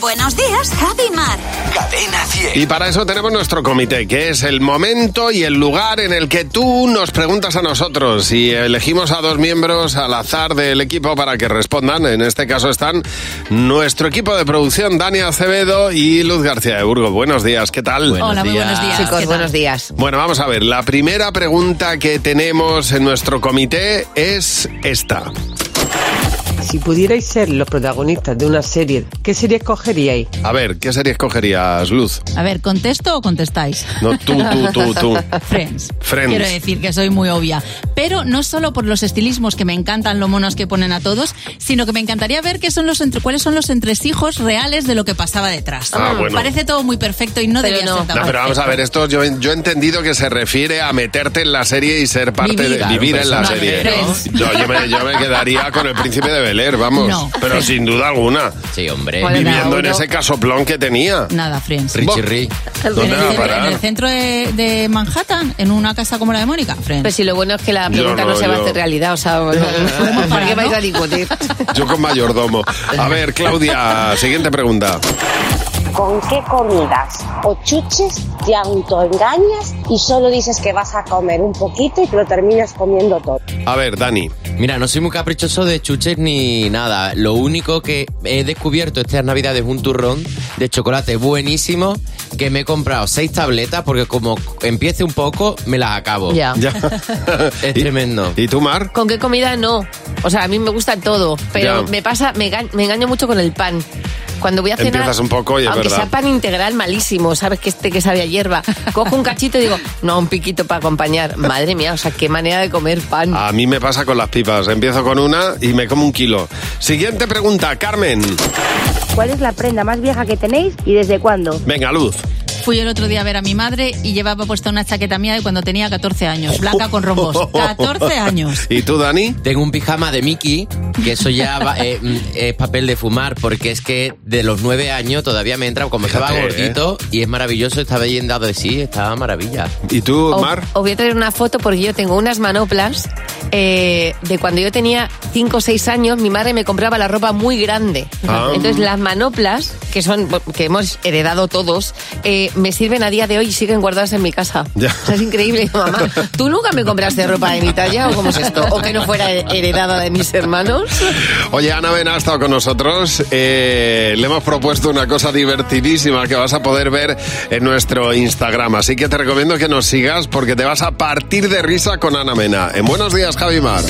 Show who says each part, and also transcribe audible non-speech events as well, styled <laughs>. Speaker 1: Buenos días, Javi Mar.
Speaker 2: Cadena 100.
Speaker 3: Y para eso tenemos nuestro comité, que es el momento y el lugar en el que tú nos preguntas a nosotros y elegimos a dos miembros al azar del equipo para que respondan. En este caso están nuestro equipo de producción, Dani Acevedo y Luz García de Burgo. Buenos días, ¿qué tal?
Speaker 4: Hola, muy buenos días. ¿Qué
Speaker 5: Chicos,
Speaker 4: tal?
Speaker 5: buenos días.
Speaker 3: Bueno, vamos a ver, la primera pregunta que tenemos en nuestro comité es esta.
Speaker 6: Si pudierais ser los protagonistas de una serie, ¿qué serie escogeríais?
Speaker 3: A ver, ¿qué serie escogerías, Luz?
Speaker 4: A ver, ¿contesto o contestáis?
Speaker 3: No, tú, tú, tú, tú.
Speaker 4: <laughs> Friends.
Speaker 3: Friends.
Speaker 4: Quiero decir que soy muy obvia. Pero no solo por los estilismos que me encantan, lo monos que ponen a todos, sino que me encantaría ver qué son los entre, cuáles son los entresijos reales de lo que pasaba detrás.
Speaker 3: Ah, bueno.
Speaker 4: Parece todo muy perfecto y no
Speaker 5: Pero
Speaker 4: debía
Speaker 5: no.
Speaker 4: ser tan
Speaker 3: No, pero vamos a
Speaker 4: perfecto.
Speaker 3: ver, esto yo, yo he entendido que se refiere a meterte en la serie y ser parte
Speaker 4: Vivir.
Speaker 3: de
Speaker 4: Claro,
Speaker 3: vivir
Speaker 4: un
Speaker 3: en la serie.
Speaker 4: personaje,
Speaker 3: No, yo, me, yo me quedaría con el príncipe de Bel Air, vamos.
Speaker 4: No.
Speaker 3: Pero sin duda alguna.
Speaker 2: Sí, hombre.
Speaker 5: Bueno,
Speaker 3: Eh, Viviendo
Speaker 5: uno.
Speaker 3: en ese casoplón que tenía.
Speaker 4: Nada, Friends.
Speaker 2: Richie Ri.
Speaker 3: ¿Dónde
Speaker 4: en,
Speaker 3: va a
Speaker 4: el centro, en
Speaker 3: parar?
Speaker 4: el centro de, de Manhattan, en una casa como la de Mónica, Friends.
Speaker 5: Pues si lo bueno es que la
Speaker 3: Yo
Speaker 5: pregunta no,
Speaker 3: no,
Speaker 5: se va a
Speaker 3: yo-
Speaker 5: hacer realidad,
Speaker 4: <laughs>
Speaker 5: o sea, ¿por
Speaker 4: para,
Speaker 5: qué vais
Speaker 4: no?
Speaker 5: a discutir?
Speaker 3: Yo con mayordomo. A ver, Claudia, siguiente pregunta.
Speaker 7: ¿Con qué comidas o chuches te autoengañas y solo dices que vas a comer un poquito y te lo terminas comiendo todo?
Speaker 3: A ver,
Speaker 2: <laughs>
Speaker 3: Dani.
Speaker 2: Mira, no soy muy caprichoso de chuches ni nada. Lo único que he descubierto estas navidades es un turrón de chocolate buenísimo que me he comprado seis tabletas porque como empiece un poco, me las acabo.
Speaker 5: Ya.
Speaker 3: Oh. Ya.
Speaker 2: Es
Speaker 3: ¿Y-
Speaker 2: tremendo.
Speaker 3: ¿Y tú, Mar?
Speaker 5: ¿Con qué comida no? O sea, a mí me gusta todo, pero
Speaker 3: Ya.
Speaker 5: me pasa, me, enga- me engaño mucho con el pan. Cuando voy a cenar,
Speaker 3: Empiezas un poco y es
Speaker 5: aunque
Speaker 3: verdad.
Speaker 5: sea pan integral malísimo, sabes que este que sabe a hierba, cojo un cachito y digo, no, un piquito para acompañar. Madre mía, o sea, qué manera de comer pan.
Speaker 3: A mí me pasa con las pipas. Empiezo con una y me como un kilo. Siguiente pregunta, Carmen.
Speaker 8: ¿Cuál es la prenda más vieja que tenéis y desde cuándo?
Speaker 3: Venga, Luz.
Speaker 4: Fui el otro día a ver a mi madre y llevaba puesta una chaqueta mía de cuando tenía 14 años, blanca
Speaker 3: <laughs>
Speaker 4: con rombos. 14 Pues años.
Speaker 3: ¿Y tú, Dani?
Speaker 2: Tengo un pijama de Mickey, que eso ya va- eh, mm, es papel de fumar, porque es que de los nueve años todavía me entra, como estaba
Speaker 3: Fíjate,
Speaker 2: gordito, y es maravilloso, estaba llenado de sí, estaba maravilla.
Speaker 3: ¿Y tú,
Speaker 5: Os-
Speaker 3: Mar?
Speaker 5: Os voy a traer una foto porque yo tengo unas manoplas eh, de cuando yo tenía 5 o 6 años, mi madre me compraba la ropa muy grande.
Speaker 3: Ah.
Speaker 5: Entonces las manoplas, que son que hemos heredado todos, eh, me sirven a día de hoy y siguen guardadas en mi casa.
Speaker 3: Ya.
Speaker 5: O sea, es increíble, <laughs> mamá. ¿Tú nunca me compraste ropa de mi talla o cómo es esto? ¿O que no fuera heredada de mis hermanos?
Speaker 3: Oye, Ana Vena ha estado con nosotros. Eh, le hemos propuesto una cosa divertidísima que vas a poder ver en nuestro Instagram. Así que te recomiendo que nos sigas porque te vas a partir de risa con Ana Mena. En Buenos Días, Javimar.